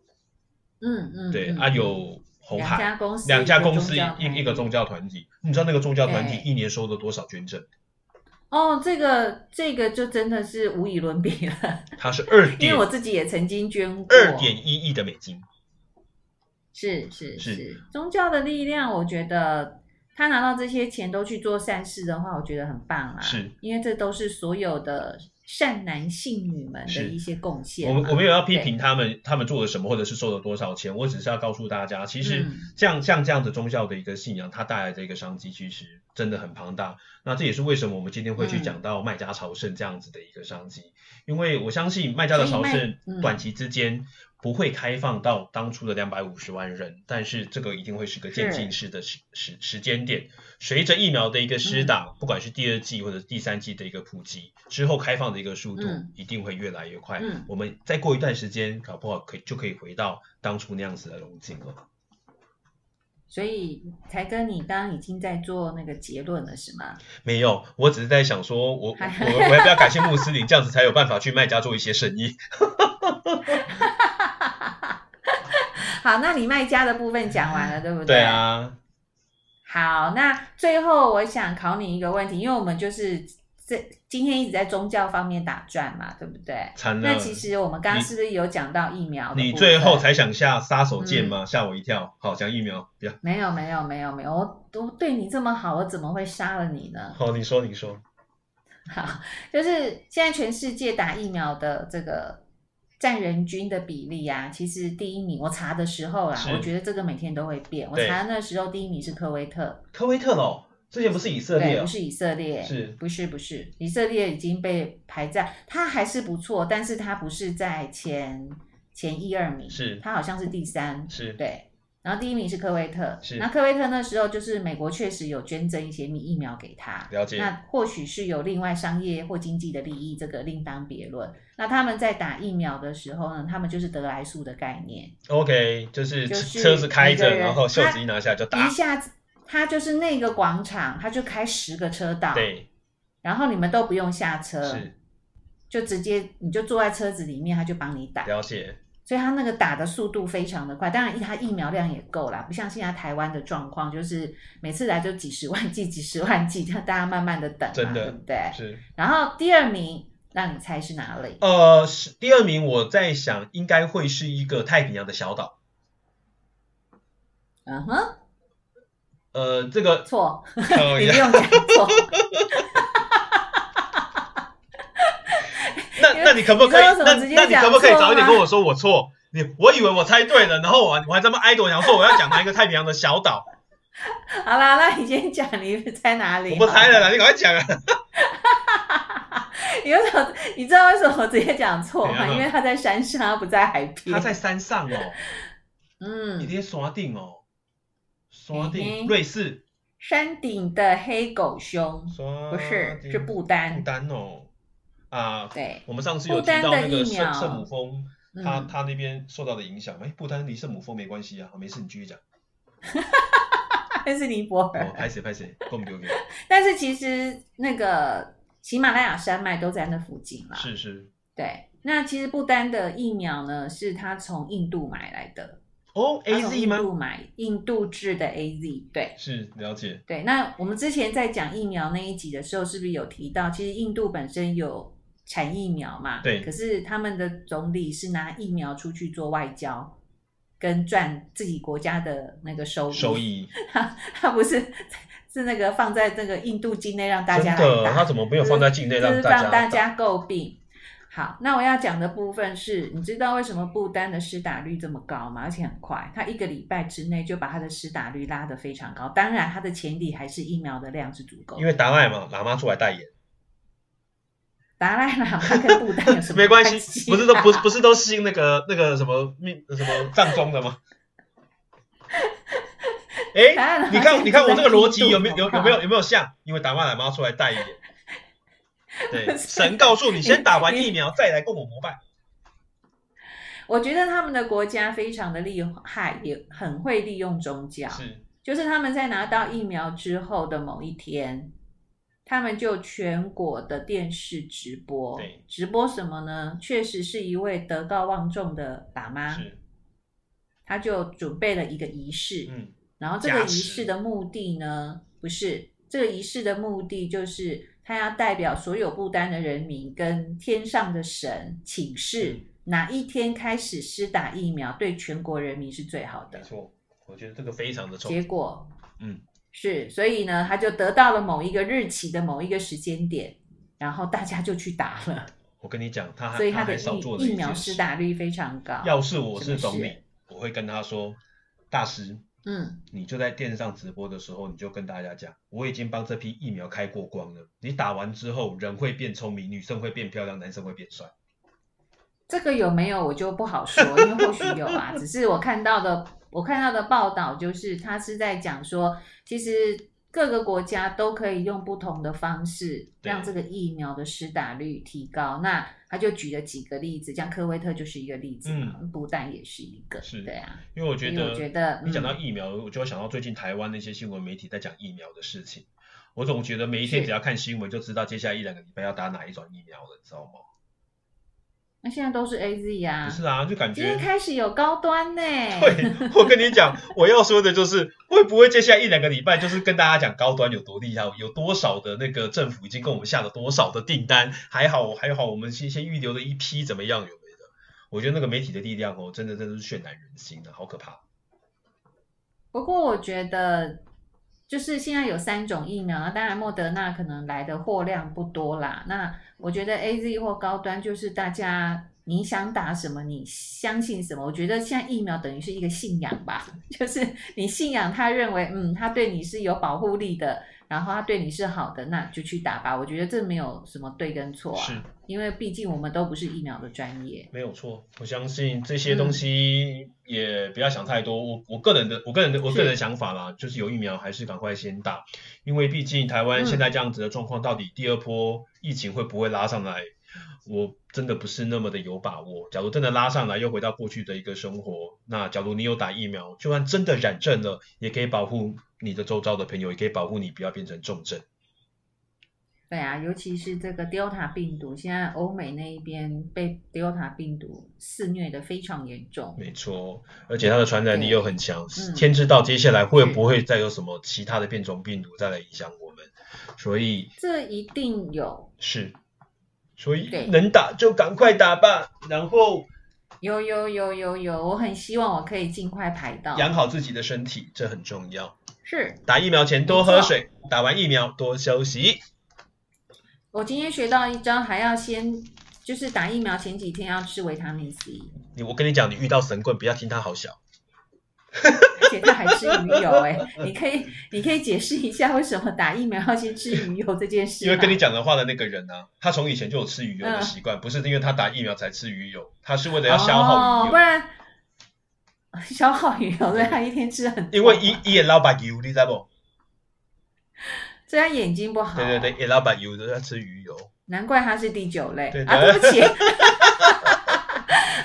嗯嗯，对嗯啊，有红两海。家公司，两家公司一一一个宗教团体，你知道那个宗教团体嗯对一年收了多少捐赠？哦，这个这个就真的是无以伦比了，它是二因点为我自己也曾经捐过，二点一亿的美金。是是是是，宗教的力量，我觉得他拿到这些钱都去做善事的话，我觉得很棒啊。是，因为这都是所有的善男信女们的是一些贡献我嘛。们我没有要批对评他们他们做了什么，或者是收了多少钱，我只是要告诉大家，其实嗯像、像这样的宗教的一个信仰，它带来的一个商机其实真的很庞大。那这也是为什么我们今天会去嗯讲到麦加朝圣这样子的一个商机，因为我相信麦加的所以朝麦圣嗯短期之间不会开放到当初的两百五十万人，但是这个一定会是个渐进式的时时时间点。随着疫苗的一个施嗯打，不管是第二季或者第三季的一个普及之后，开放的一个速度嗯一定会越来越快。嗯我们再过一段时间，搞不好可以就可以回到当初那样子的荣景了。所以才哥，你刚刚已经在做那个结论了，是吗？没有，我只是在想说， 我我我我要不要感谢穆斯林，这样子才有办法去卖家做一些生意。好，那你卖家的部分讲完了，对不 对？对。啊，好，那最后我想考你一个问题，因为我们就是这今天一直在宗教方面打转嘛，对不对？惨了那，其实我们刚刚是不是有讲到疫苗的你部最后分嗯才想下杀手锏吗？吓我一跳。好，讲疫苗，不要。没有没有没有没有，我都对你这么好，我怎么会杀了你呢？好，你说你说，好，就是现在全世界打疫苗的这个占人均的比例啊，其实第一名我查的时候啦，是我觉得这个每天都会变。我对查的那时候第一名是科威特，科威特喽，之前不是以色列对，哦不，是以色列，是不是不是以色列已经被排在，它还是不错，但是它不是在前前一二名，是它好像是第三，是对，然后第一名是科威特，是那科威特那时候就是美国确实有捐赠一些疫苗给他，了解那或许是有另外商业或经济的利益，这个另当别论。那他们在打疫苗的时候呢，他们就是得来速的概念， OK，就是就是车子开每着，个人然后袖子一拿下来就一打。下子他就是那个广场，他就开十个车道，，对，然后你们都不用下车，是就直接你就坐在车子里面，他就帮你打。了解，所以它那个打的速度非常的快，当然它疫苗量也够啦，不像现在台湾的状况，就是每次来就几十万剂、几十万剂，让大家慢慢的等、啊，真的对不对？是然后第二名，让你猜是哪里？呃，是第二名，我在想应该会是一个太平洋的小岛。嗯哼，呃，这个哦错，靠你呀不用讲错，那因为那你可不可以你知道为什么那直接那你讲可不可以错早一点吗跟我说我错？啊你我以为我猜对了，然后我还我还这么哀 d 想说我要讲哪一个太平洋的小 岛，好啦，那你先讲你猜哪里？我不猜了，啦，你赶快讲 啊！你为什么？你知道为什么我直接讲错怎吗？样因为它在山上，它不在海边。它在山上哦，你嗯，在山顶哦，山嘿嘿顶瑞士，山顶的黑狗熊山不是顶是不丹哦不，丹哦啊，对，我们上次有不提丹到的那个疫苗圣圣母峰，它嗯，它那边受到的影响。哎，不丹离圣母峰没关系啊，好没事，你继续讲。那是尼泊尔 哦，。拍谁拍 谁，给我们丢给我。但是其实那个喜马拉雅山脉都在那附近啦。是是，对，那其实不丹的疫苗呢，是他从印度买来的哦他，A 从 Z 印吗？度买印度制的 A Z。对是了解，对，那我们之前在讲疫苗那一集的时候，是不是有提到，其实印度本身有产疫苗嘛？对可是他们的总理是拿疫苗出去做外交。跟赚自己国家的那个收益，收益他 他不是是那个放在那个印度境内让大真家来的，打，嗯它怎么没有放在境内就是让让大大打？家诟病。好，那我要讲的部分是，你知道为什么不丹的施打率这么高吗？而且很快，他一个礼拜之内就把他的施打率拉得非常高。当然，它的前提还是疫苗的量是足够的。因为达赖嘛，喇嘛出来代言，达赖喇嘛跟布丹有什么 没关关系，不是都不是不是都信那个那个什么密什么藏宗的 吗？哎，哎你看你看我这个逻辑有没有有有没有有没有像？因为打完奶妈出来带 一点。对，神告诉你，先打完疫苗再来供我膜拜。 我觉得他们的国家非常的厉害，也很会利用宗教。是，就是他们在拿到疫苗之后的某一天，他们就全国的电视直播对，直播什么呢？确实是一位德高望重的喇嘛，是，他就准备了一个仪式，嗯，然后这个加仪持式的目的呢，不是这个仪式的目的就是他要代表所有不丹的人民跟天上的神请示嗯。哪一天开始施打疫苗，对全国人民是最好的没。错，我觉得这个非常的重结要。果，嗯，是，所以呢，他就得到了某一个日期的某一个时间点，然后大家就去打了，我跟你讲，他还所以他他的还少做了疫一疫苗件施事。打率非常高。要是我是什么总事理，我会跟他说，大师，嗯，你就在电上直播的时候，你就跟大家讲，我已经帮这批疫苗开过光了。你打完之后，人会变聪明，女生会变漂亮，男生会变帅。这个有没有我就不好说，因为或许有啊， 只是我看到的我看到的报道就是他是在讲说，其实各个国家都可以用不同的方式对让这个疫苗的施打率提高。那他就举了几个例子，像科威特就是一个例子嘛，不但也是一个，嗯是对啊。因为我觉因为得，我觉得你讲到嗯疫苗，我就会想到最近台湾那些新闻媒体在讲疫苗的事情。我总觉得每一天是只要看新闻，就知道接下来一两个礼拜要打哪一种疫苗了，你知道吗？那现在都是 A Z 啊，不是啊，就感今天觉。开始有高端呢、对， 我跟你讲，我要说的就是，会不会接下来一两个礼拜，就是跟大家讲高端有多厉害，有多少的那个政府已经跟我们下了多少的订单，还好还好，我们先先预留了一批怎么样有没的？我觉得那个媒体的力量哦，真的真的是渲染人心的、好可怕。不过我觉得，就是现在有三种疫苗，那当然莫德纳可能来的货量不多啦。那我觉得 A Z 或高端，就是大家你想打什么，你相信什么。我觉得现在疫苗等于是一个信仰吧， 就是你信仰他认为，嗯，他对你是有保护力的，然后他对你是好的，那就去打吧。我觉得这没有什么对跟错是啊，因为毕竟我们都不是疫苗的专业。没有错，我相信这些东西也不要想太多。我我个人的，我个人的，我个人的想法啦，就是有疫苗还是赶快先打，因为毕竟台湾嗯现在这样子的状况，到底第二波疫情会不会拉上来，我真的不是那么的有把握。假如真的拉上来，又回到过去的一个生活，那假如你有打疫苗，就算真的染症了，也可以保护你的周遭的朋友，也可以保护你不要变成重症。对啊，尤其是这个 Delta 病毒，现在欧美那一边被 Delta 病毒肆虐的非常严重。没错，哦而且它的传染力对又很强，嗯天知道接下来会不会再有什么其他的变种病毒再来影响我们，所以这一定有是，所以对能打就赶快打吧，然后有有有有有，我很希望我可以尽快排到。养好自己的身体，这很重要。是打疫苗前没多错喝水，打完疫苗多休息。我今天学到一招，还要先就是打疫苗前几天要吃维他命 C，你我跟你讲，你遇到神棍不要听他好小，而且他还吃鱼油哎、你可以你可以解释一下为什么打疫苗要先吃鱼油这件事因吗？为跟你讲的话的那个人呢、啊，他从以前就有吃鱼油的啊嗯习惯，不是因为他打疫苗才吃鱼油，他是为了要消耗哦，鱼不油，然消耗鱼油，所以他一天吃很多。因为一一眼老把油，你知道不？这样眼睛不好。对对对，，也老板有的在吃鱼油。难怪它是第九类对的啊！对不起。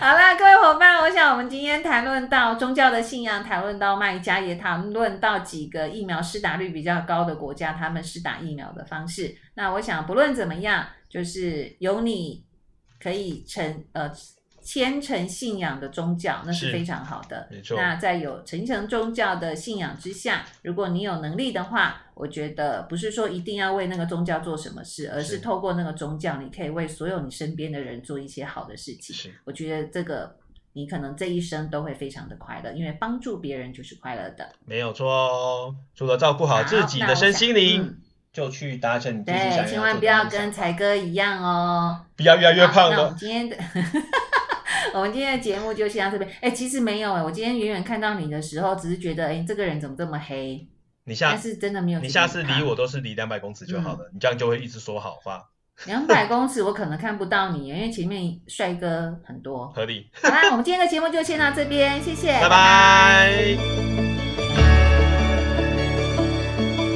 好啦，各位伙伴，我想我们今天谈论到宗教的信仰，谈论到卖家，也谈论到几个疫苗施打率比较高的国家，他们施打疫苗的方式。那我想，不论怎么样，就是有你可以成呃虔诚信仰的宗教，那是是非常好的。没错那在有虔诚宗教的信仰之下，如果你有能力的话，我觉得不是说一定要为那个宗教做什么事，而是是透过那个宗教，你可以为所有你身边的人做一些好的事情。是，我觉得这个你可能这一生都会非常的快乐，因为帮助别人就是快乐的。没有错哦。除了照顾好自己的身心那我灵想，嗯就去达成你自己想要做对，的千万不要梦想跟才哥一样哦。不要越来越好，胖那我们了。今天的 我们今天的节目就先到这边。哎、其实没有哎、我今天远远看到你的时候，只是觉得哎、这个人怎么这么黑？但你下是真的没有。嗯你下次离我，都是离两百公尺就好了，你这样就会一直说好话。两百公尺我可能看不到你，因为前面帅哥很多。合理。好啦，我们今天的节目就先到这边，谢谢，拜拜。